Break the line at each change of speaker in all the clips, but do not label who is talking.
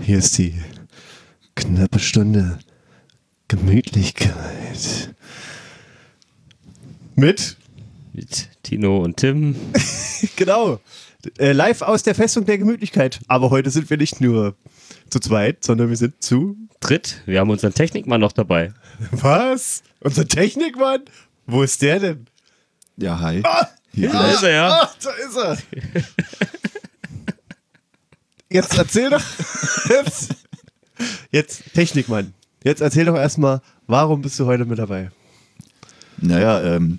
Hier ist die knappe Stunde Gemütlichkeit. Mit?
Mit Tino und Tim.
genau. Äh, live aus der Festung der Gemütlichkeit. Aber heute sind wir nicht nur zu zweit, sondern wir sind zu
Dritt. Wir haben unseren Technikmann noch dabei.
Was? Unser Technikmann? Wo ist der denn?
Ja, hi.
Ah,
Hier
Da ist er ja.
ah, da ist er. Jetzt erzähl doch. Jetzt, jetzt Technikmann. Jetzt erzähl doch erstmal, warum bist du heute mit dabei?
Naja, ähm,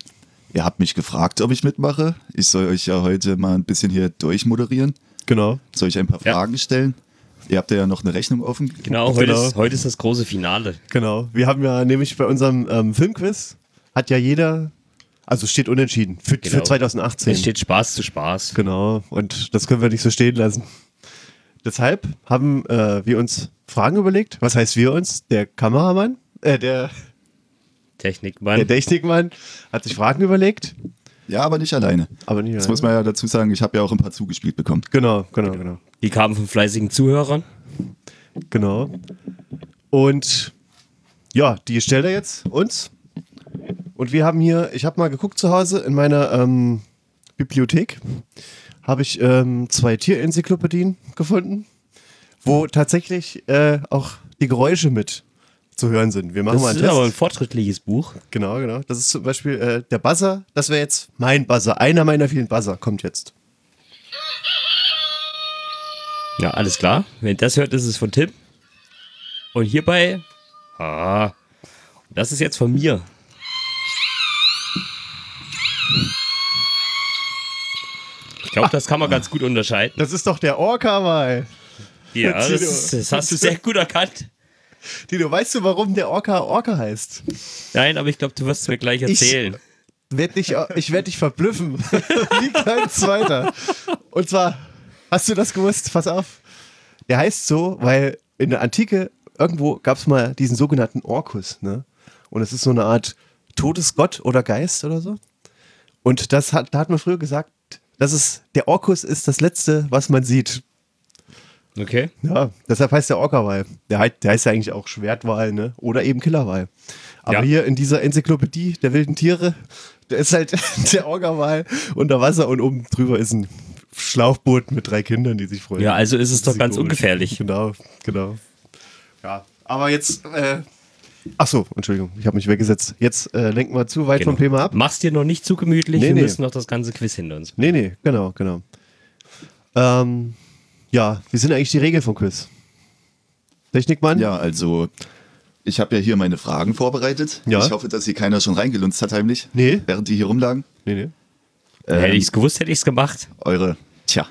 ihr habt mich gefragt, ob ich mitmache. Ich soll euch ja heute mal ein bisschen hier durchmoderieren.
Genau.
Soll ich ein paar
Ja.
Fragen stellen? Ihr habt ja noch eine Rechnung offen.
Genau, heute,
Genau.
Ist, heute ist das große Finale.
Genau. Wir haben ja nämlich bei unserem ähm, Filmquiz hat ja jeder, also steht unentschieden für, für
Genau. Es
2018.
steht Spaß zu Spaß.
genau. Und das können wir nicht so stehen lassen. Deshalb haben äh, wir uns Fragen überlegt. Was heißt wir uns? Der Kameramann, äh, der, der
Technikmann.
Technikmann hat sich Fragen überlegt,
Ja, aber nicht alleine.
aber nicht.
Das muss man ja dazu sagen, ich habe ja auch ein paar zugespielt bekommen.
Genau, genau, genau,
Die kamen von fleißigen Zuhörern.
genau. Und ja, die stellt er jetzt uns. Und wir haben hier, ich habe mal geguckt zu Hause in meiner ähm, Bibliothek, habe ich ähm, zwei Tierenzyklopädien gefunden, wo tatsächlich äh, auch die Geräusche mit zu hören sind. Wir machen
Das
mal einen
ist
Test.
aber ein fortschrittliches Buch.
genau, genau. Das ist zum Beispiel äh, der Buzzer. Das wäre jetzt mein Buzzer. Einer meiner vielen Buzzer kommt jetzt.
Ja, alles klar. Wenn ihr das hört, ist es von Tim. Und hierbei. Ah. Das ist jetzt von mir. Ich glaube, das kann man ganz gut unterscheiden.
Das ist doch der Orca mal.
Ja, das, ist- das hast du sehr gut erkannt.
Tino, weißt du, warum der Orca Orca heißt?
Nein, aber ich glaube, du wirst es mir gleich erzählen.
werd dich, ich werde dich verblüffen. Wie kein zweiter. Und zwar, hast du das gewusst? Pass auf. Der heißt so, weil in der Antike irgendwo gab es mal diesen sogenannten Orkus. Ne? Und es ist so eine Art Todesgott oder Geist oder so. Und das hat, da hat man früher gesagt, das ist, der Orkus ist das Letzte, was man sieht.
Okay.
Ja, deshalb heißt der Orca-Wal. Der, hei- der heißt ja eigentlich auch Schwertwal, ne? Oder eben Killerwal. Aber
Ja.
hier in dieser Enzyklopädie der wilden Tiere, da ist halt der Orca-Wal unter Wasser und oben drüber ist ein Schlauchboot mit drei Kindern, die sich freuen.
Ja, also ist es doch ganz
Symbolisch.
ungefährlich.
Genau, genau. Ja, aber jetzt, äh, ach so, Entschuldigung, ich habe mich weggesetzt. Jetzt äh, lenken wir zu weit vom Thema ab.
Genau. Mach's dir noch nicht zu gemütlich,
Nee,
wir
nee.
müssen noch das ganze Quiz hinter uns.
Nee, nee, genau, genau. Ähm, ja, wie sind eigentlich die Regeln vom Quiz? Technikmann?
Ja, also ich habe ja hier meine Fragen vorbereitet.
Ja.
Ich hoffe, dass hier keiner schon reingelunzt hat heimlich.
Nee.
Während die hier rumlagen. Ähm,
Nee, nee. Ähm.
hätte ich's gewusst, hätte ich's gemacht.
Eure, tja,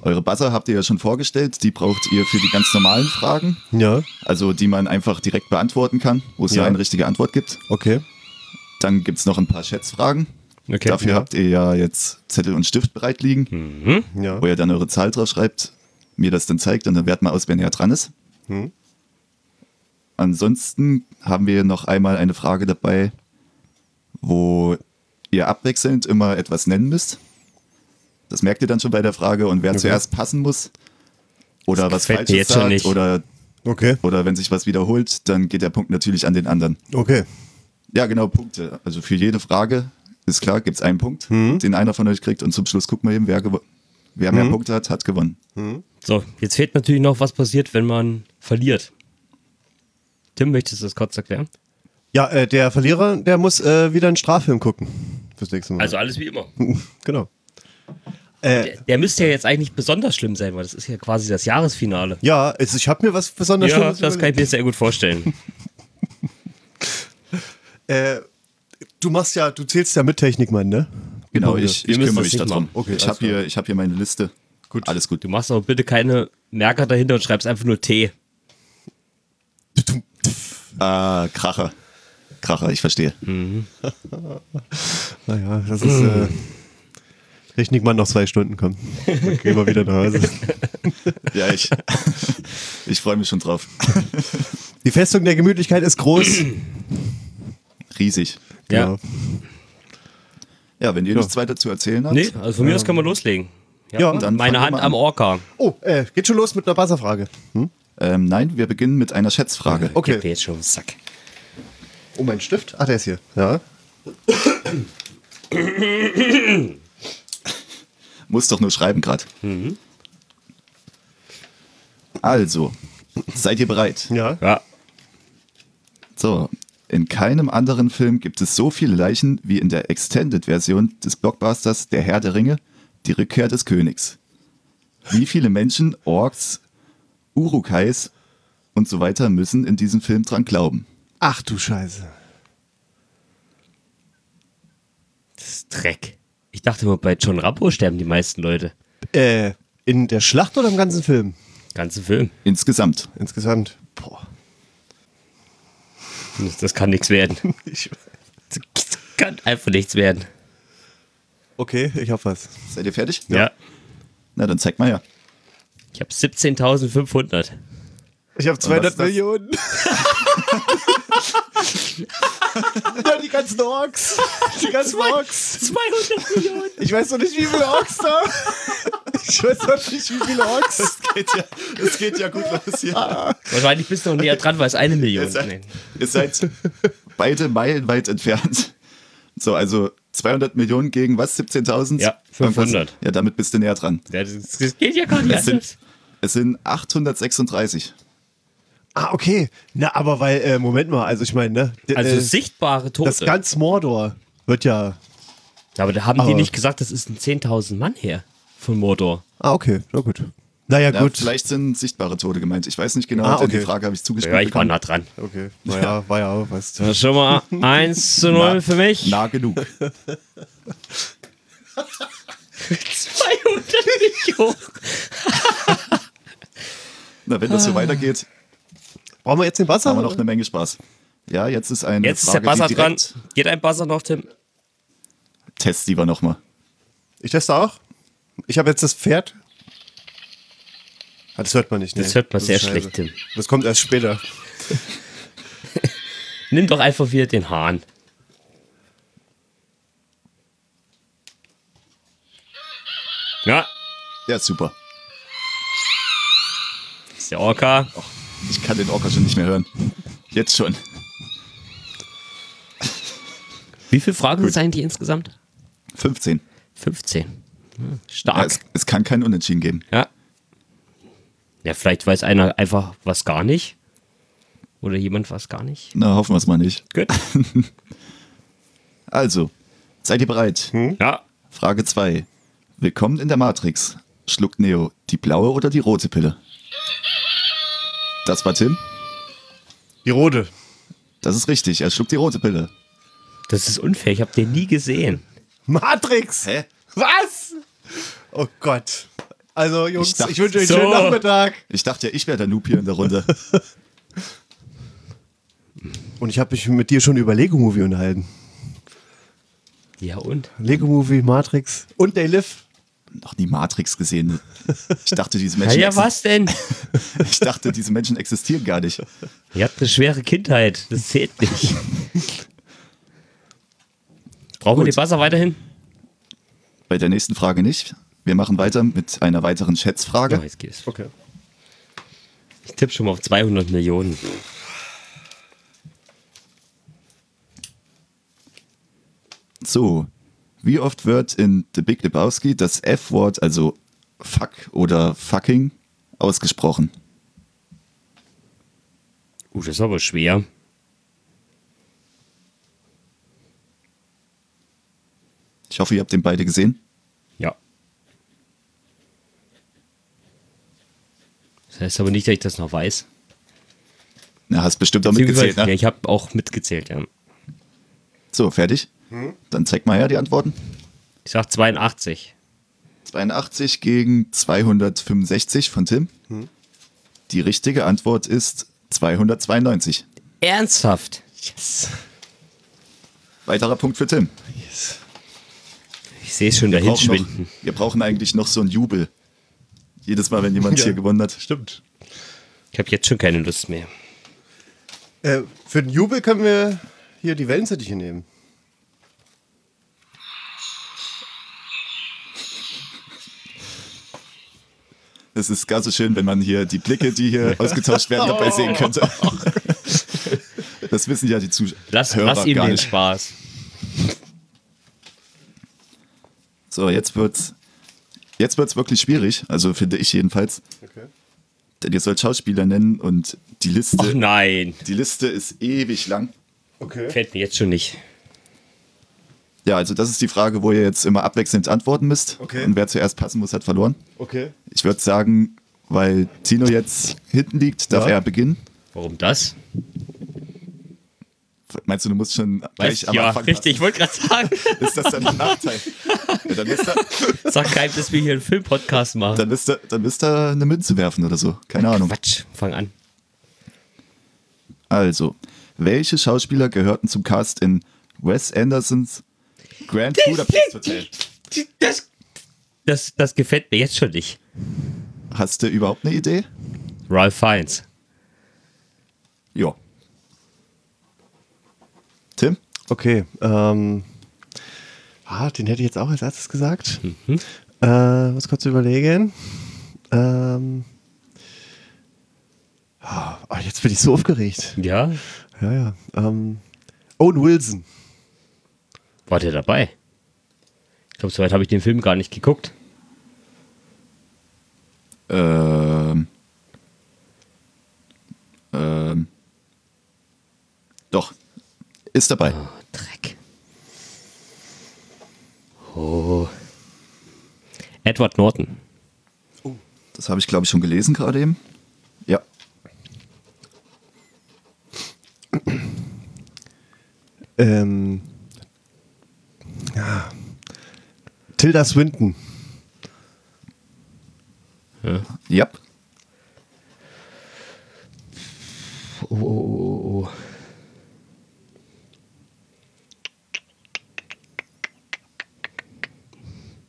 eure Buzzer habt ihr ja schon vorgestellt. Die braucht ihr für die ganz normalen Fragen.
Ja,
Also die man einfach direkt beantworten kann, wo es
Ja.
ja eine richtige Antwort gibt.
okay.
Dann gibt es noch ein paar Schätzfragen.
Okay.
Dafür
ja.
habt ihr ja jetzt Zettel und Stift bereit liegen,
Ja.
wo ihr dann eure Zahl drauf schreibt, mir das dann zeigt und dann wertet mal aus, wer näher dran ist.
Hm.
Ansonsten haben wir noch einmal eine Frage dabei, wo ihr abwechselnd immer etwas nennen müsst. Das merkt ihr dann schon bei der Frage und wer zuerst passen muss oder was
gefällt mir
Falsches
jetzt schon
sagt
nicht.
oder,
Okay,
oder wenn sich was wiederholt, dann geht der Punkt natürlich an den anderen.
okay.
Ja, genau, Punkte. Also für jede Frage, ist klar, gibt es einen Punkt, den einer von euch kriegt und zum Schluss gucken wir eben, wer, gewo- wer mehr Punkte hat, hat gewonnen.
So, jetzt fehlt natürlich noch, was passiert, wenn man verliert. Tim, möchtest du das kurz erklären?
Ja, äh, der Verlierer, der muss äh, wieder einen Straffilm gucken. Fürs nächste Mal.
Also alles wie immer.
genau. Äh,
Der, der müsste ja jetzt eigentlich besonders schlimm sein, weil das ist ja quasi das Jahresfinale.
ja, es- ich habe mir was besonders
Ja,
Schlimmes
das kann ich
überlegt.
mir sehr gut vorstellen.
äh, Du machst ja, du zählst ja mit Technikmann, ne?
Genau,
Machen wir.
ich,
Wir
ich
müssen
kümmere
das
mich
nicht
darum.
machen.
Okay,
ich
alles
habe hier, ich hab hier meine Liste.
Gut.
Alles gut.
Du machst aber bitte keine Merker dahinter und schreibst einfach nur T.
Ah, Kracher. Kracher, ich verstehe.
Naja, das ist. Äh, Technikmann noch zwei Stunden kommen. Dann gehen wir wieder nach Hause.
Ja, ich, ich freue mich schon drauf.
Die Festung der Gemütlichkeit ist groß. Genau.
Riesig.
Ja.
Ja, wenn ihr nichts weiter zu erzählen habt,
Nee, also von mir aus können wir loslegen.
Ja,
dann
Meine
fangen wir
Hand
mal
am
an.
Orca.
Oh, äh, geht schon los mit einer Buzzer-Frage. Hm?
Ähm, nein, wir beginnen mit einer Schätzfrage.
Okay.
Gib mir jetzt schon einen Sack.
Oh, mein Stift? Ach, der ist hier. Ja.
Muss doch nur schreiben gerade. Also, seid ihr bereit?
Ja.
Ja.
So, in keinem anderen Film gibt es so viele Leichen wie in der Extended-Version des Blockbusters Der Herr der Ringe, die Rückkehr des Königs. Wie viele Menschen, Orks, Urukais und so weiter müssen in diesem Film dran glauben?
Ach du Scheiße.
Das ist Dreck. Ich dachte immer, bei John Rambo sterben die meisten Leute.
Äh, in der Schlacht oder im ganzen Film?
Ganzen Film.
Insgesamt.
Insgesamt. Boah.
Das, das kann nichts werden.
Ich,
Das kann einfach nichts werden.
okay, ich hab was.
Seid ihr fertig?
Ja.
Na, dann zeigt mal ja.
Ich habe 17.500.
Ich habe
was
200
ist das?
Millionen. ja, die ganzen Orks. Die ganzen Orks.
200 Millionen.
Ich weiß noch nicht, wie viele Orks da. Ich weiß noch nicht, wie viele Orks.
Geht ja, es geht ja gut los hier.
Wahrscheinlich bist du noch näher dran, weil es eine Million
Ihr seid,
Nein.
ihr seid beide meilenweit entfernt. So, also 200 Millionen gegen was? 17.000?
Ja, 500.
Ja, damit bist du näher dran.
Ja, Das, das geht ja gar nicht
Es
anders.
sind, es sind 836.
Ah, okay. Na, aber weil, äh, Moment mal, also ich meine, ne? d-
Also
äh,
sichtbare Tote.
das ganz Mordor wird ja.
aber da haben die
Aber-
nicht gesagt, das ist ein 10.000 Mann her von Mordor.
Ah, okay, na gut. Naja,
Ja,
gut.
Vielleicht sind sichtbare Tote gemeint. Ich weiß nicht genau,
Ah,
denn die
okay.
Frage habe ich zugespielt.
Ja, ich war
bekommen.
nah dran.
Okay, naja, war ja, weißt du.
Das ist schon mal 1 zu 0 für mich.
Nah genug.
200 Millionen.
Na, wenn
Ah.
das so weitergeht,
Brauchen wir jetzt den Wasser?
haben wir noch eine Menge Spaß. Ja, jetzt ist eine
Jetzt ist
Frage,
der Buzzer
die
dran.
direkt
Geht ein Buzzer noch, Tim?
Test die wir nochmal.
ich teste auch. Ich habe jetzt das Pferd. Ah, das hört man nicht.
Das
nee.
hört man
ist
sehr
scheiße.
schlecht, Tim.
Das kommt erst später.
Nimm doch einfach wieder den Hahn. Ja,
Ja, super.
ist der Orca.
Ich kann den Orca schon nicht mehr hören. Jetzt schon.
Wie viele Fragen seien die insgesamt?
15.
15. Hm,
Ja,
Stark.
es, es kann kein Unentschieden geben.
Ja. Ja, vielleicht weiß einer einfach was gar nicht. Oder jemand was gar nicht.
Na, hoffen wir es mal nicht.
Gut.
Also, seid ihr bereit?
Ja.
Frage 2. Willkommen in der Matrix. Schluckt Neo die blaue oder die rote Pille? Das war Tim.
Die Rode.
Das ist richtig. Er schluckt die rote Pille.
Das ist unfair. Ich habe den nie gesehen.
Matrix!
Hä?
Was? Oh Gott. Also, Jungs,
Ich
ich,
dachte-
wünsche euch einen
So.
schönen Nachmittag.
Ich dachte ja, ich wäre der Noob hier in der Runde.
Und ich habe mich mit dir schon über Lego Movie unterhalten.
Ja, und?
Lego Movie, Matrix und They Live.
Noch nie Matrix gesehen. Ich dachte, diese
Ja,
Menschen,
ja, was denn?
exi- ich dachte, diese Menschen existieren gar nicht.
Ihr habt eine schwere Kindheit. Das zählt nicht. Brauchen wir die Buzzer weiterhin?
Bei der nächsten Frage nicht. Wir machen weiter mit einer weiteren
Ja,
Schätzfrage.
jetzt geht's.
Okay.
Ich tippe schon mal auf 200 Millionen.
So, wie oft wird in The Big Lebowski das F-Wort, also fuck oder fucking, ausgesprochen?
Uh, das ist aber schwer.
Ich hoffe, ihr habt den beide gesehen.
Ja. Das heißt aber nicht, dass ich das noch weiß.
Na, hast bestimmt auch mitgezählt,
Beziehungsweise- Ja,
ne?
ich habe auch mitgezählt, ja.
So, fertig.
Hm.
Dann zeig mal her die Antworten.
Ich sag 82.
82 gegen 265 von Tim.
Hm.
Die richtige Antwort ist 292.
Ernsthaft? Yes.
Weiterer Punkt für Tim.
Ich sehe es schon dahin
Brauchen noch,
schwinden.
wir brauchen eigentlich noch so einen Jubel. Jedes Mal, wenn jemand
Ja.
hier gewonnen hat.
Stimmt.
Ich habe jetzt schon keine Lust mehr.
Äh, für den Jubel können wir hier die Wellensittiche nehmen.
Es ist ganz so schön, wenn man hier die Blicke, die hier ausgetauscht werden, dabei
Oh.
sehen könnte. Das wissen ja die Zuschauer.
Lass, lass ihm
gar
den
nicht.
Spaß.
So, jetzt wird's, jetzt wird's wirklich schwierig, also finde ich jedenfalls. Denn ihr sollt Schauspieler nennen und die
Ach
Liste,
nein,
die Liste ist ewig lang.
Okay.
fällt mir jetzt schon nicht.
Ja, also das ist die Frage, wo ihr jetzt immer abwechselnd antworten müsst.
Okay.
Und wer zuerst passen muss, hat verloren.
Okay.
Ich würde sagen, weil Tino jetzt hinten liegt, darf
Ja.
er beginnen.
Warum das?
Meinst du, du musst schon gleich
Weißt,
am
ja,
Anfang
richtig, ich wollte gerade sagen.
passen? Ist das dann ein Nachteil? Ja, dann ist da,
Sag keinem, dass wir hier einen Filmpodcast machen.
dann ist da, dann müsst ihr eine Münze werfen oder so. Keine Ahnung.
Quatsch, fang an.
Also, welche Schauspieler gehörten zum Cast in Wes Andersons Grand Budapest Hotel?
Das, das, das gefällt mir jetzt schon nicht.
Hast du überhaupt eine Idee?
Ralph Fiennes.
Ja. Tim?
Okay. Ähm, ah, den hätte ich jetzt auch als erstes gesagt. Äh, was kurz überlegen. Ähm, ah, oh, jetzt bin ich so aufgeregt.
Ja,
Ja, ja. Ähm, Owen Wilson.
war der dabei? Ich glaube, soweit habe ich den Film gar nicht geguckt.
Ähm. Ähm. Doch. Ist dabei.
Oh, Dreck. Oh. Edward Norton.
Das habe ich, glaube ich, schon gelesen gerade eben. Ja.
Ähm, ja. Tilda Swinton.
Ja.
Oh, oh, oh, oh.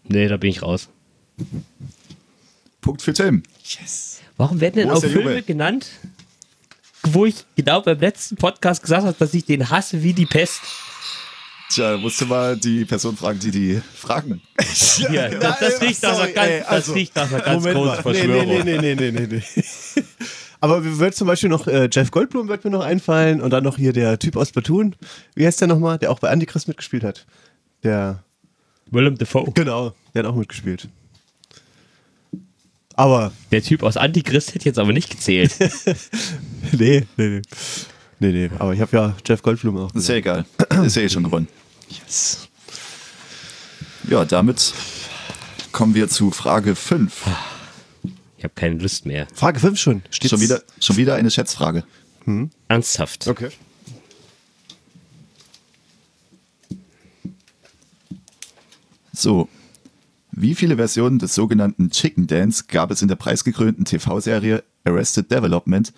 Nee, da bin ich raus.
Punkt für Tim.
Warum werden denn
Wo ist
auch
der
Filme
Jubel?
genannt, wo ich genau beim letzten Podcast gesagt habe, dass ich den hasse wie die Pest?
Tja, musst du mal die Person fragen, die die fragen.
Hier, Also, das, das riecht nach einer
sorry,
ganz,
ey, also,
das riecht nach einer ganz großen
mal. Nee, nee,
Verschwörung.
nee, nee, nee, nee, nee. Aber mir wird zum Beispiel noch äh, Jeff Goldblum wird mir noch einfallen und dann noch hier der Typ aus Platoon. Wie heißt der nochmal? Der auch bei Antichrist mitgespielt hat. Der,
Willem Dafoe.
genau, der hat auch mitgespielt. Aber,
Der Typ aus Antichrist hätte jetzt aber nicht gezählt.
nee, nee, nee. Nee, nee, aber ich habe ja Jeff Goldblum auch.
Ist ja egal. Ist ja eh schon gewonnen. Ja, damit kommen wir zu Frage 5.
Ich habe keine Lust mehr.
Frage 5 schon. Steht's?
Schon wieder, schon wieder eine Schätzfrage.
Ernsthaft.
Okay.
So. Wie viele Versionen des sogenannten Chicken Dance gab es in der preisgekrönten TV-Serie Arrested Development,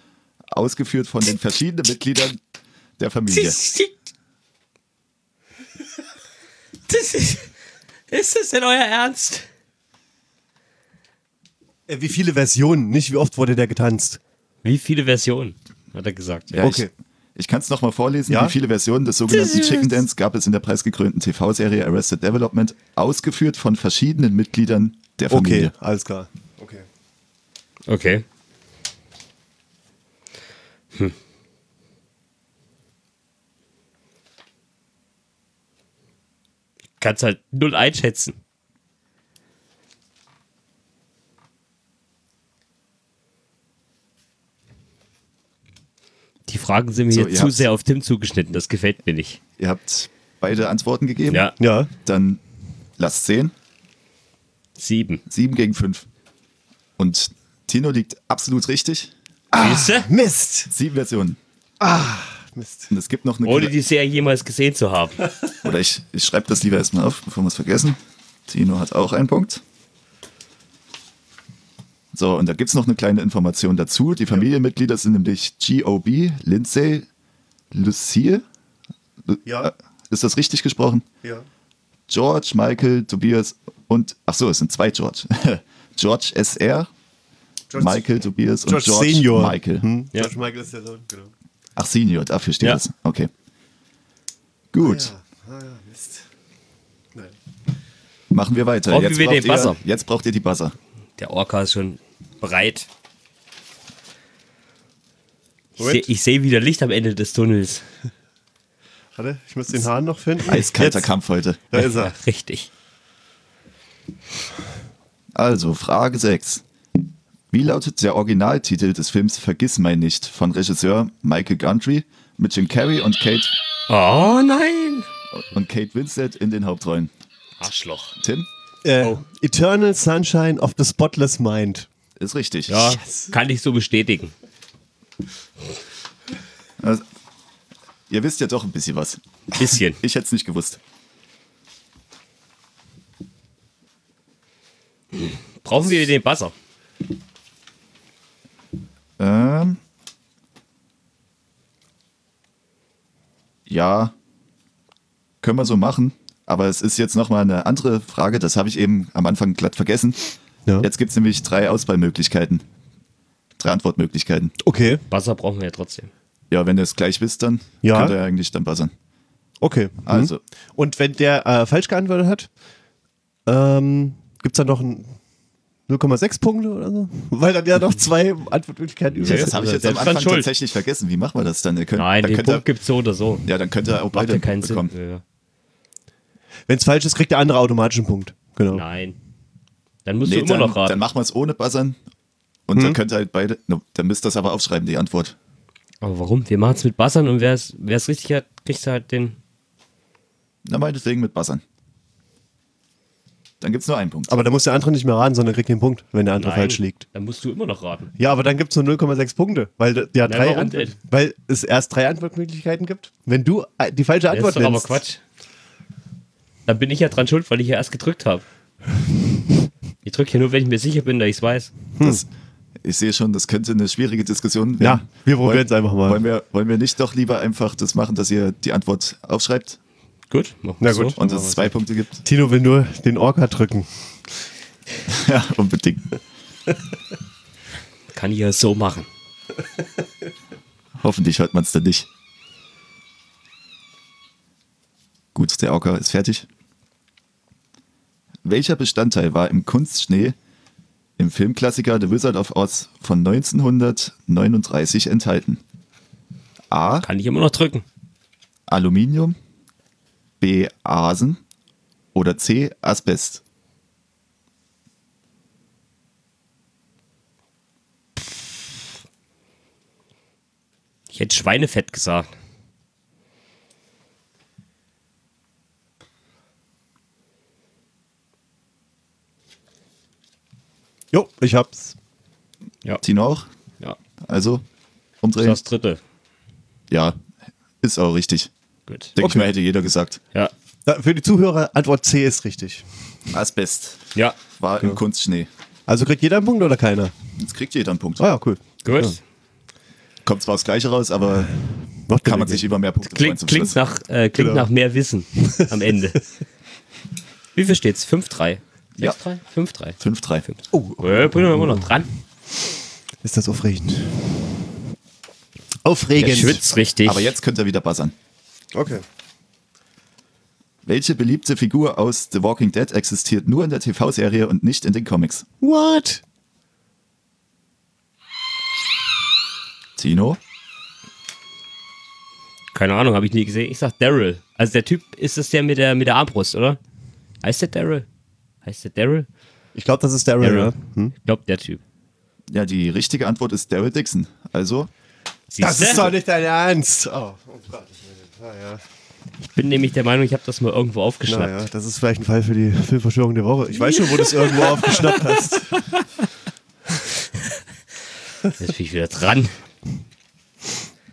ausgeführt von den verschiedenen Mitgliedern der Familie?
Das ist, ist das denn euer Ernst?
Äh, Wie viele Versionen, nicht wie oft wurde der getanzt?
Wie viele Versionen? Hat er gesagt.
Ja,
Okay.
Ich, ich kann es nochmal vorlesen.
Ja?
Wie viele Versionen des sogenannten Chicken Dance gab es in der preisgekrönten TV-Serie Arrested Development, ausgeführt von verschiedenen Mitgliedern der Familie?
Okay, alles klar. Okay.
Okay. Hm. Kannst halt null einschätzen. Die Fragen sind mir
So, ihr
jetzt zu
habt's.
sehr auf Tim zugeschnitten, das gefällt mir nicht.
Ihr habt beide Antworten gegeben.
Ja,
Ja,
Dann lasst sehen.
sieben.
7 gegen 5. Und Tino liegt absolut richtig. Ah.
Siehst du?
Mist.
Sieben Versionen.
Mist.
Und es gibt noch eine.
Ohne die Serie jemals gesehen zu haben.
Oder ich, ich schreibe das lieber erstmal auf, bevor wir es vergessen. Tino hat auch einen Punkt. So, und da gibt es noch eine kleine Information dazu. Die Familienmitglieder sind nämlich GOB, Lindsay, Lucille. Lu-
Ja.
äh, Ist das richtig gesprochen?
Ja.
George, Michael, Tobias und. Ach so, es sind zwei George. George SR, Michael, Tobias und
George
George,
Senior. Hm.
Michael.
Ja.
George Michael ist der Sohn, genau.
Ach, Senior, dafür steht
Ja.
das. Okay. Gut,
Ah, ja, Mist. Nein.
machen wir weiter.
Brauchen wir den
braucht
Buzzer?
ihr, jetzt braucht ihr die Buzzer.
Der Orca ist schon Bereit. Ich sehe seh wieder Licht am Ende des Tunnels.
Warte, ich muss den Hahn noch finden.
Eiskalter
Jetzt.
Kampf heute.
Da ist er.
Richtig.
Also, Frage 6. Wie lautet der Originaltitel des Films Vergiss mein nicht von Regisseur Michael Gundry mit Jim Carrey und Kate,
Oh nein!
und Kate Winslet in den Hauptrollen?
Arschloch.
Tim,
Äh, Eternal Sunshine of the Spotless Mind.
ist richtig.
Ja, kann ich so bestätigen.
Also, ihr wisst ja doch ein bisschen was.
Bisschen.
Ich hätte es nicht gewusst.
Brauchen wir den Buzzer?
Ähm, ja, können wir so machen. Aber es ist jetzt nochmal eine andere Frage. Das habe ich eben am Anfang glatt vergessen.
Ja.
Jetzt gibt es nämlich drei Auswahlmöglichkeiten. Drei Antwortmöglichkeiten.
Okay,
Buzzer brauchen wir ja trotzdem.
Ja, wenn ihr es gleich wisst, dann
Ja.
könnt ihr eigentlich dann buzzern.
okay. Mhm.
Also.
Und wenn der äh, falsch geantwortet hat, ähm, gibt es dann noch ein 0,6 Punkte oder so? Weil dann ja noch zwei Antwortmöglichkeiten übrig
Ja,
sind.
Das habe ich jetzt am
Selbst dran
Anfang
schuld.
tatsächlich vergessen. Wie machen wir das dann? Ihr könnt,
Nein,
dann
den
könnt ihr,
Punkt gibt es so oder so.
Ja, dann könnt ihr auch
Macht
beide
ja keinen
bekommen.
Sinn. Ja.
Wenn es falsch ist, kriegt der andere automatisch einen Punkt. Genau.
Nein. Dann musst
Nee,
du immer
dann,
noch
dann
raten.
machen wir es ohne Buzzern. Und dann könnt ihr halt beide, no, dann müsst ihr das aber aufschreiben, die Antwort.
Aber warum? Wir machen es mit Buzzern und wer es wer es richtig hat, kriegt halt den.
Na, meinetwegen mit Buzzern. Dann gibt es nur einen Punkt.
Aber da muss der andere nicht mehr raten, sondern kriegt den Punkt, wenn der andere
Nein,
falsch liegt.
Dann musst du immer noch raten.
Ja, aber dann gibt es nur 0,6 Punkte, weil, d- ja, drei
warum
Antwort-
denn?
weil es erst drei Antwortmöglichkeiten gibt. Wenn du äh, die falsche
Das ist
Antwort
doch aber
nennst.
Quatsch. Dann bin ich ja dran schuld, weil ich ja erst gedrückt habe. Ich drücke ja nur, wenn ich mir sicher bin, dass ich es weiß.
Das, ich sehe schon, das könnte eine schwierige Diskussion
hm. Ja,
werden.
wir probieren's einfach mal.
Wollen wir, wollen wir nicht doch lieber einfach das machen, dass ihr die Antwort aufschreibt
Gut, machen
Na
wir
gut.
So.
und es zwei Punkte gibt?
Tino will nur den Orca drücken.
ja, unbedingt.
Kann ich ja so machen.
Hoffentlich hört man es dann nicht. Gut, der Orca ist fertig. Welcher Bestandteil war im Kunstschnee im Filmklassiker The Wizard of Oz von 1939 enthalten? A.
Kann ich immer noch drücken.
Aluminium, B. Asen oder C. Asbest?
Ich hätte Schweinefett gesagt.
Jo, ich hab's.
Ja.
Tino auch?
ja.
Also
Das ist
umdrehen?
das dritte.
Ja, ist auch richtig.
Gut.
Denke
Okay.
ich mal, hätte jeder gesagt.
Ja.
Da, für die Zuhörer, Antwort C ist richtig.
Asbest
Ja.
war im Kunstschnee.
Also kriegt jeder einen Punkt oder keiner?
Jetzt kriegt jeder einen Punkt.
Ah ja, cool.
Gut.
Ja.
Kommt zwar das Gleiche raus, aber
Macht
kann man
Sinn.
sich über mehr Punkte freuen
Klingt,
zum
Äh, klingt,
Schluss.
nach, äh, klingt
Genau.
nach mehr Wissen am Ende. Wie viel steht's? 5-3. 6-3? 5-3.
5-3.
Oh,
Äh, Bringen wir immer noch dran.
ist das aufregend. Aufregend.
Schwitzt richtig.
Aber jetzt könnt ihr wieder buzzern.
okay.
Welche beliebte Figur aus The Walking Dead existiert nur in der TV-Serie und nicht in den Comics?
What?
Tino?
Keine Ahnung, habe ich nie gesehen. Ich sag Daryl. Also der Typ ist es der mit der, mit der Armbrust, oder? Heißt der Daryl? Heißt der Daryl?
Ich glaube, das ist Daryl.
Daryl.
ne? Hm?
Ich glaube, der Typ.
Ja, die richtige Antwort ist Daryl Dixon. Also,
Das
Siehste?
ist halt- doch nicht dein Ernst. Oh, oh Gott.
Ich bin nämlich der Meinung, ich habe das mal irgendwo aufgeschnappt.
Naja, das ist vielleicht ein Fall für die Filmverschwörung der Woche. Ich weiß schon, wo du es irgendwo aufgeschnappt hast.
Jetzt bin ich wieder dran.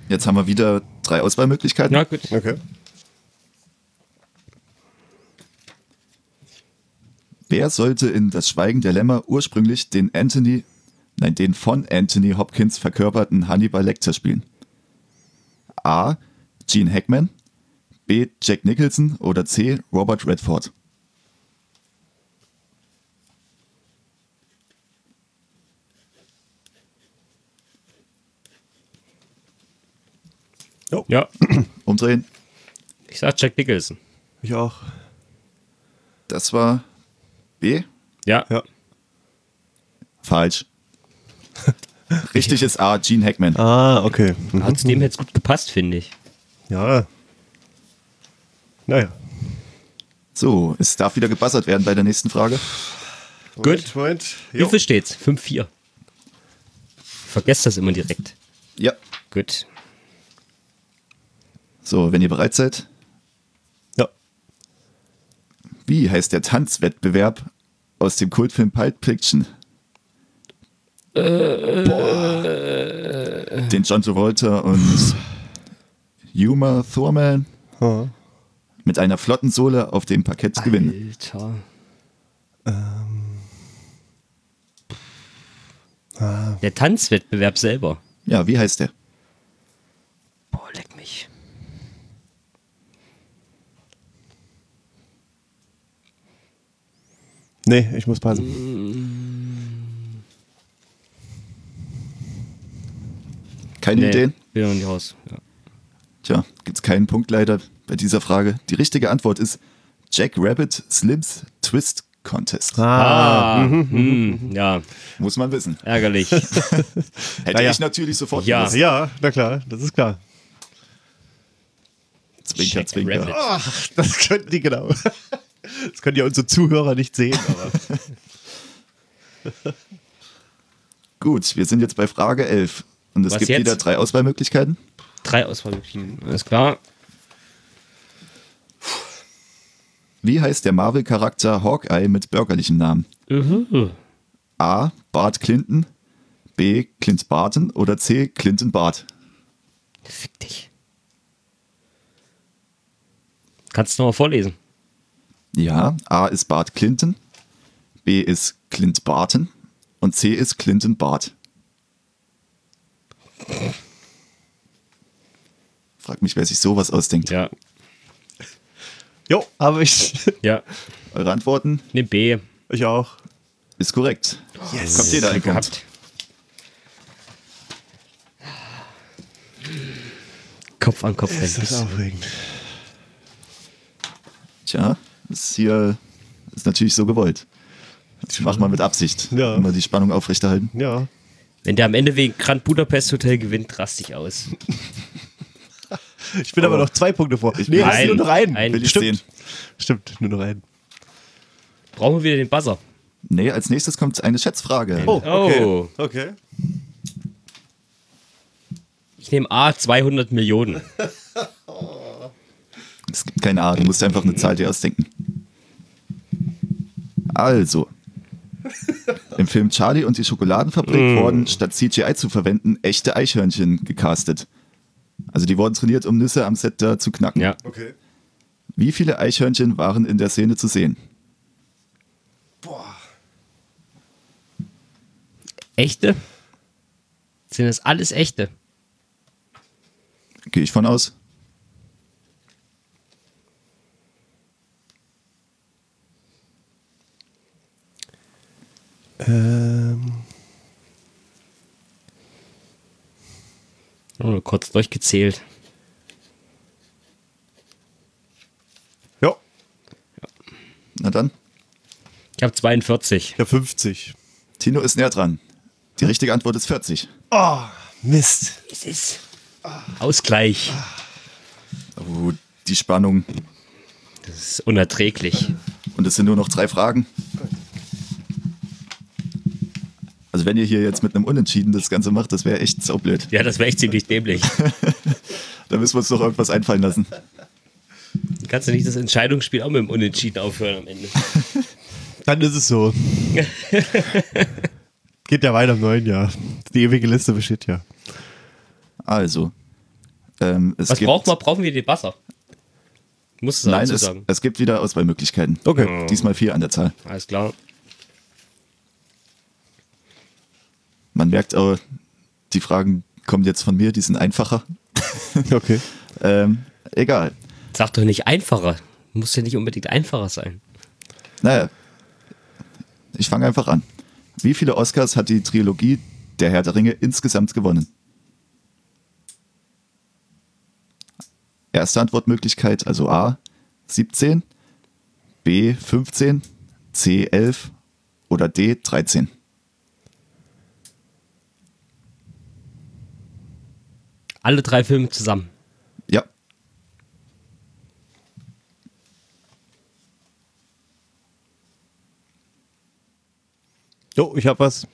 jetzt haben wir wieder drei Auswahlmöglichkeiten.
Na gut.
Okay.
Wer sollte in Das Schweigen der Lämmer ursprünglich den Anthony, nein, den von Anthony Hopkins verkörperten Hannibal Lecter spielen? A. Gene Hackman, B. Jack Nicholson oder C. Robert Redford?
Ja,
Umdrehen.
ich sag Jack Nicholson.
Ich auch.
Das war B.
Ja.
Ja.
Falsch. Richtig ist A, Gene Hackman.
Ah, okay.
Hat zu dem jetzt gut gepasst, finde ich.
Ja. Naja.
So, es darf wieder gebassert werden bei der nächsten Frage.
Gut.
Moment.
Wie viel steht's? 5-4. Vergesst das immer direkt.
Ja.
Gut.
So, wenn ihr bereit seid,
Ja.
wie heißt der Tanzwettbewerb aus dem Kultfilm Pulp Fiction?
Äh,
Boah. Den John Travolta und Yuma Thurman
Ah.
mit einer flotten Sohle auf dem Parkett gewinnen.
Alter. Der Tanzwettbewerb selber.
Ja, wie heißt der?
Boah, leck mich.
Nee, ich muss passen.
Keine Ideen?
Bin noch nicht raus. Ja.
Tja, gibt's keinen Punkt leider bei dieser Frage. Die richtige Antwort ist Jack Rabbit Slims Twist Contest.
Ah, hm, ja,
Muss man wissen.
ärgerlich.
Hätte
Naja.
ich natürlich sofort
Ja.
gewusst.
Ja, na klar, das ist klar.
Zwinker,
Jack
zwinker.
Rabbit.
Ach, das könnten die genau. Das können ja unsere Zuhörer nicht sehen, aber.
Gut, wir sind jetzt bei Frage 11. Und es
Was
gibt
jetzt?
wieder drei Auswahlmöglichkeiten.
Drei Auswahlmöglichkeiten. Alles klar.
Wie heißt der Marvel-Charakter Hawkeye mit bürgerlichem Namen?
Mhm.
A. Bart Clinton. B. Clint Barton. Oder C. Clinton Bart.
Fick dich. Kannst du nochmal vorlesen?
Ja, A ist Bart Clinton. B ist Clint Barton. Und C ist Clinton Bart. Frag mich, wer sich sowas ausdenkt.
Ja.
Jo, aber ich.
Ja.
Eure Antworten
Ne B.
Ich auch.
ist korrekt.
Yes.
Kommt jeder ein Punkt.
Gehabt. Kopf an Kopf
Das ist
rennen.
aufregend.
Tja, ist hier ist natürlich so gewollt. Das macht man mit Absicht.
Ja.
Immer die Spannung aufrechterhalten.
Ja.
Wenn der am Ende wegen Grand Budapest Hotel gewinnt, rast ich aus.
Ich bin aber noch zwei Punkte vor.
Ich-
nee,
Nein.
das ist nur noch einen.
Ein-
Will ich
Stimmt.
sehen.
Stimmt, nur noch einen.
Brauchen wir wieder den Buzzer.
Nee, als nächstes kommt eine Schätzfrage.
Oh, okay.
Oh.
Okay.
Ich nehme A 200 Millionen.
Es gibt keine Ahnung, du musst einfach eine Zahl dir ausdenken. Also. Im Film Charlie und die
Mm.
Schokoladenfabrik wurden, statt CGI zu verwenden, echte Eichhörnchen gecastet. Also die wurden trainiert, um Nüsse am Set da zu knacken.
Ja.
Okay.
Wie viele Eichhörnchen waren in der Szene zu sehen?
Boah.
Echte? Sind das alles echte?
Gehe ich von aus.
Ähm,
Nur Oh, kurz durchgezählt.
ja,
Na dann.
Ich habe 42.
ich habe 50.
Tino ist näher dran.
Hm?
Die richtige Antwort ist 40.
Oh, Mist.
Es ist Ausgleich.
Oh, die Spannung.
Das ist unerträglich.
Und es sind nur noch drei Fragen. Also wenn ihr hier jetzt mit einem Unentschieden das Ganze macht, das wäre echt saublöd.
Ja, das wäre echt ziemlich dämlich.
Da müssen wir uns doch irgendwas einfallen lassen.
Kannst du nicht das Entscheidungsspiel auch mit dem Unentschieden aufhören am Ende?
Dann ist es so. Geht ja weiter im neuen Jahr. Die ewige Liste besteht ja.
Also, ähm, es
Was
gibt...
braucht man? Brauchen wir den Wasser? Muss es
Nein,
dazu
es,
sagen.
es gibt wieder Auswahlmöglichkeiten.
Okay.
Diesmal vier an der Zahl.
Alles klar.
Man merkt auch, die Fragen kommen jetzt von mir, die sind einfacher.
Okay.
Ähm, egal.
Sag doch nicht einfacher. Muss ja nicht unbedingt einfacher sein.
Naja, ich fange einfach an. Wie viele Oscars hat die Trilogie Der Herr der Ringe insgesamt gewonnen? Erste Antwortmöglichkeit, also A, 17, B, 15, C, 11 oder D, 13.
Alle drei Filme zusammen.
Ja.
Jo, ich habe was.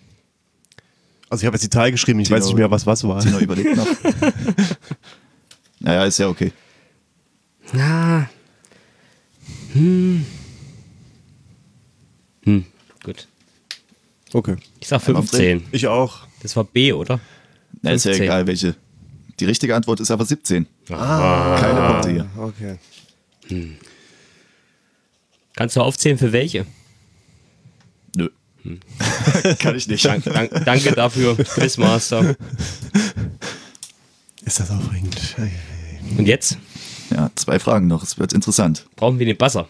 Also ich habe jetzt die Zahl geschrieben, ich
Tino-
weiß nicht mehr, was was war.
Tino überlegt noch. naja, ist ja okay.
Na. Hm. Hm, gut.
Okay.
Ich sag
Einmal
15.
Ich auch.
Das war B, oder?
Na, ist ja
15.
egal, welche. Die richtige Antwort ist aber 17. Keine Punkte hier.
Okay.
Kannst du aufzählen, für welche?
Nö. Kann ich nicht.
Dank, dank, danke dafür, Quizmaster.
Ist das aufregend?
Und jetzt
Ja, zwei Fragen noch. Es wird interessant.
brauchen wir den Buzzer.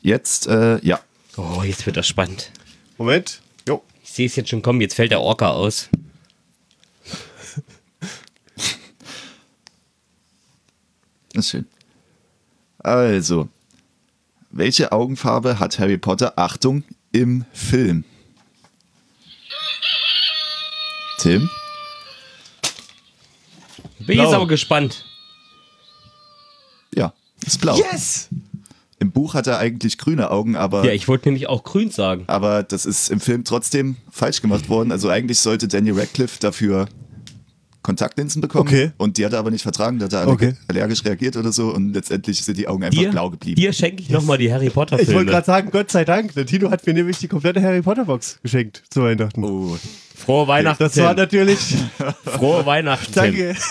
Jetzt, äh, ja.
Oh, jetzt wird das spannend.
Moment. Jo.
Ich sehe es jetzt schon kommen, jetzt fällt der Orca aus.
Das ist schön. Also, welche Augenfarbe hat Harry Potter, Achtung, im Film? Tim?
Bin ich jetzt
Blau.
aber gespannt.
Ja, ist blau.
Yes!
Im Buch hat er eigentlich grüne Augen, aber,
Ja, ich wollte nämlich auch grün sagen.
aber das ist im Film trotzdem falsch gemacht worden. Also eigentlich sollte Daniel Radcliffe dafür Kontaktlinsen bekommen
Okay.
und die hat er aber nicht vertragen, da hat er aller-
Okay.
allergisch reagiert oder so und letztendlich sind die Augen einfach
Dir,
blau geblieben.
dir schenke ich nochmal die Harry Potter
Ich wollte
Filme.
gerade sagen, Gott sei Dank, der Tino hat mir nämlich die komplette Harry Potter Box geschenkt zu Weihnachten.
Oh,
Frohe Weihnachten.
Das war
Tim.
natürlich.
Frohe Weihnachten. Tim.
Danke.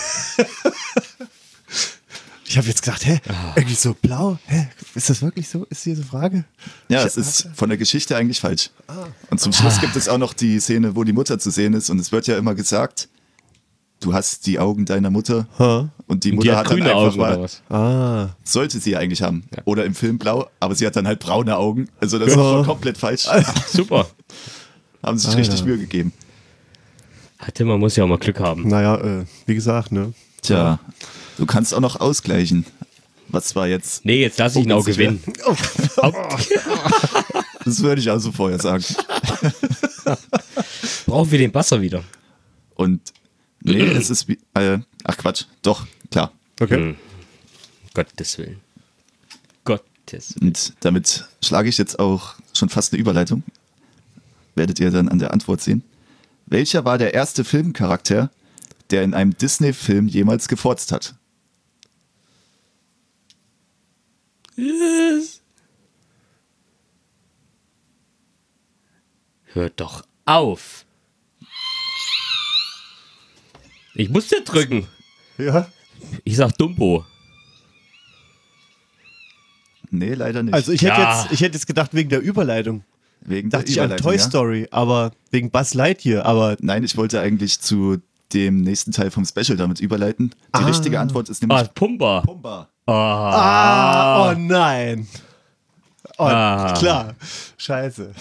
Ich habe jetzt gedacht, hä,
Ah.
irgendwie so blau, hä, ist das wirklich so? Ist diese Frage?
Ja, es ist von der Geschichte eigentlich falsch. Und zum Schluss gibt es auch noch die Szene, wo die Mutter zu sehen ist. Und es wird ja immer gesagt, du hast die Augen deiner Mutter.
Ha.
Und die
Und
Mutter
die hat
hat, dann
grüne
einfach
Augen
mal,
oder was?
Ah.
sollte sie ja eigentlich haben. Oder im Film blau, aber sie hat dann halt braune Augen. Also das
Ja.
ist schon komplett falsch.
Super.
haben sich richtig Mühe gegeben.
Ah, Tim, man muss ja auch mal Glück haben.
Naja, äh, wie gesagt, ne?
Tja, du kannst auch noch ausgleichen. Was war jetzt?
Nee, jetzt lasse ich ihn auch
Ungünstig,
gewinnen.
Oh.
Das würde ich also vorher sagen.
Brauchen wir den Basser wieder.
Und nee, es ist wie, äh, ach Quatsch, doch, klar.
Okay.
Hm. Gottes Willen. Gottes
Und damit schlage ich jetzt auch schon fast eine Überleitung. Werdet ihr dann an der Antwort sehen. Welcher war der erste Filmcharakter, der in einem Disney-Film jemals gefurzt hat?
Willen. Hört doch auf. Ich musste drücken.
Ja.
Ich sag Dumbo.
Nee, leider nicht.
Also ich hätte
Ja.
jetzt, ich hätte jetzt gedacht wegen der Überleitung.
Wegen
Dachte ich an
Überleitung,
Toy
ja?
Story, aber wegen Buzz Lightyear, aber
Nein, ich wollte eigentlich zu dem nächsten Teil vom Special damit überleiten. Die richtige Antwort ist nämlich
Ah, Pumba.
Pumba.
Ah, oh nein. Oh,
Ah.
klar. Scheiße.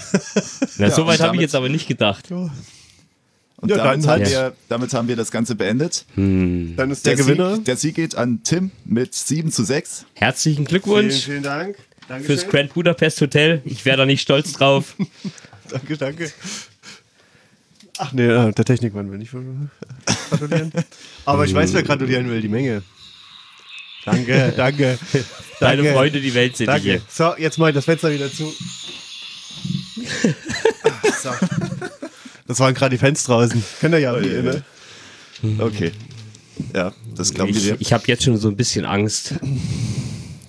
Na, so weit
und
habe ich
damit-
jetzt aber nicht gedacht.
Und
Ja,
damit,
dann
haben
halt.
wir, damit haben wir das Ganze beendet.
Dann ist der, Gewinner.
Sieg, Hm. der Sieg geht an Tim mit 7 zu 6.
Herzlichen Glückwunsch
Dank. Danke.
fürs Grand Budapest Hotel. Ich wäre da nicht stolz drauf.
Danke, danke. Ach nee, äh, der Technikmann will nicht gratulieren. Aber ich weiß, wer gratulieren will, die Menge. Danke, danke.
Deine
danke,
Freunde, die Welt sind
Danke.
hier.
So, jetzt mach ich das Fenster wieder zu. Ah, so. Das waren gerade die Fans draußen. Kennt ihr ja,
Oh,
Ui,
wie,
ui,
ne?
Okay. Ja, das glauben
Ich,
wir dir.
ich habe jetzt schon so ein bisschen Angst.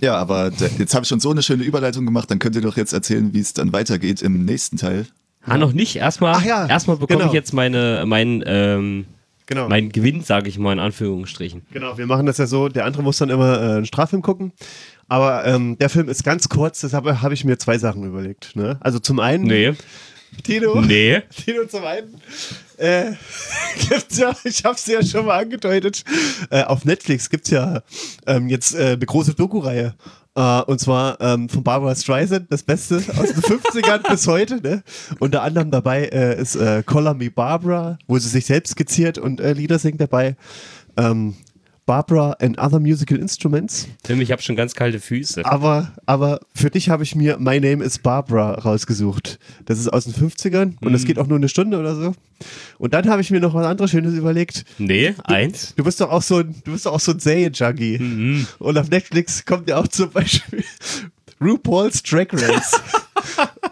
Ja, aber d- jetzt habe ich schon so eine schöne Überleitung gemacht, dann könnt ihr doch jetzt erzählen, wie es dann weitergeht im nächsten Teil.
Ah, noch nicht. Erstmal,
Ach ja,
erstmal bekomme
genau.
ich jetzt meine, mein, ähm,
Genau.
mein Gewinn, sage ich mal in Anführungsstrichen.
Genau, wir machen das ja so, der andere muss dann immer äh, einen Straffilm gucken. Aber ähm, der Film ist ganz kurz, deshalb habe ich mir zwei Sachen überlegt. Ne? Also zum einen,
Nee,
Tino,
nee.
Tino zum einen, äh, gibt's ja, ich habe es ja schon mal angedeutet, äh, auf Netflix gibt es ja ähm, jetzt äh, eine große Doku-Reihe. Äh, und zwar ähm, von Barbara Streisand, das Beste aus den 50ern bis heute. Ne? Unter anderem dabei äh, ist äh, Color Me Barbara, wo sie sich selbst skizziert und äh, Lieder singt dabei. Ähm, Barbara and Other Musical Instruments.
Tim, ich habe schon ganz kalte Füße.
Aber, aber für dich habe ich mir My Name is Barbara rausgesucht. Das ist aus den 50ern und das geht auch nur eine Stunde oder so. Und dann habe ich mir noch was anderes Schönes überlegt.
Nee, eins. Mhm.
Du bist doch auch so ein, du bist doch auch so ein Serienjunkie. Und auf Netflix kommt ja auch zum Beispiel RuPaul's Drag Race.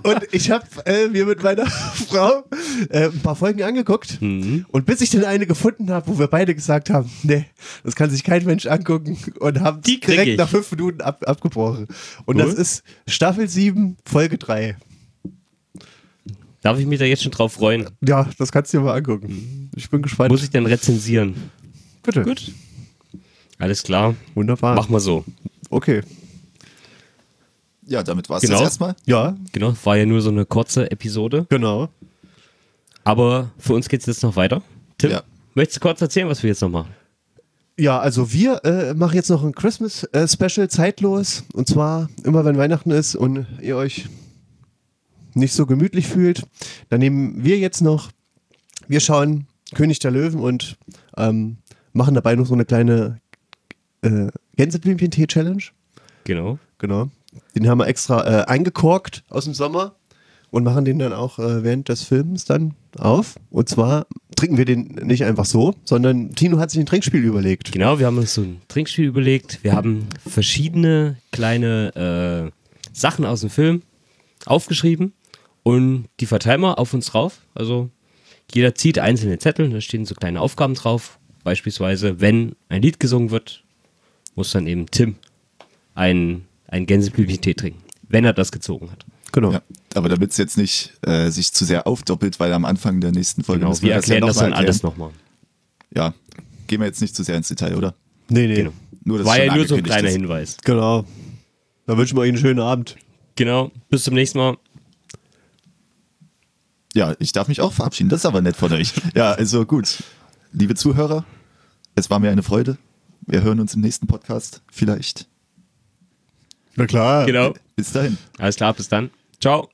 und ich habe äh, mir mit meiner Frau äh, ein paar Folgen angeguckt.
Mhm.
Und bis ich dann eine gefunden habe, wo wir beide gesagt haben, nee, das kann sich kein Mensch angucken und haben
Die krieg
direkt
ich.
nach fünf Minuten ab, abgebrochen. Und das
Cool.
ist Staffel 7, Folge 3.
Darf ich mich da jetzt schon drauf freuen?
Ja, das kannst du dir mal angucken. Ich bin gespannt.
Mhm. Muss ich denn rezensieren?
Bitte.
Gut. Alles klar.
Wunderbar.
Machen wir so.
Okay.
Ja, damit war es
Genau.
das erstmal.
Ja,
Genau, war ja nur so eine kurze Episode.
genau.
Aber für uns geht's jetzt noch weiter. Tim,
Ja.
möchtest du kurz erzählen, was wir jetzt noch machen?
Ja, also wir äh, machen jetzt noch ein Christmas-Special zeitlos. Und zwar immer, wenn Weihnachten ist und ihr euch nicht so gemütlich fühlt, dann nehmen wir jetzt noch, wir schauen König der Löwen und ähm, machen dabei noch so eine kleine äh, Gänseblümchen-Tee-Challenge.
Genau.
Genau. Den haben wir extra äh, eingekorkt aus dem Sommer und machen den dann auch äh, während des Films dann auf. Und zwar trinken wir den nicht einfach so, sondern Tino hat sich ein Trinkspiel überlegt.
Genau, wir haben uns so ein Trinkspiel überlegt. Wir haben verschiedene kleine äh, Sachen aus dem Film aufgeschrieben und die verteilen wir auf uns drauf. Also jeder zieht einzelne Zettel, da stehen so kleine Aufgaben drauf. Beispielsweise, wenn ein Lied gesungen wird, muss dann eben Tim einen, einen Gänseblümchen-Tee trinken, wenn er das gezogen hat.
Genau.
Ja. Aber damit es jetzt nicht äh, sich zu sehr aufdoppelt, weil am Anfang der nächsten Folge
Genau,
müssen wir
wir erklären das,
ja
dann
nochmal
alles nochmal.
erklären. Ja, gehen wir jetzt nicht zu sehr ins Detail, oder?
Nee, nee.
Genau.
Genau.
Nur, dass
War
es schon
ja nur so ein
angekündigt
kleiner
ist.
Hinweis.
Dann wünschen wir Ihnen einen schönen Abend.
Genau, bis zum nächsten Mal.
Ja, ich darf mich auch verabschieden. Das ist aber nett von euch. Ja, also gut. Liebe Zuhörer, es war mir eine Freude. Wir hören uns im nächsten Podcast vielleicht.
Na klar.
Genau.
Bis dahin.
Alles klar, bis dann. Ciao.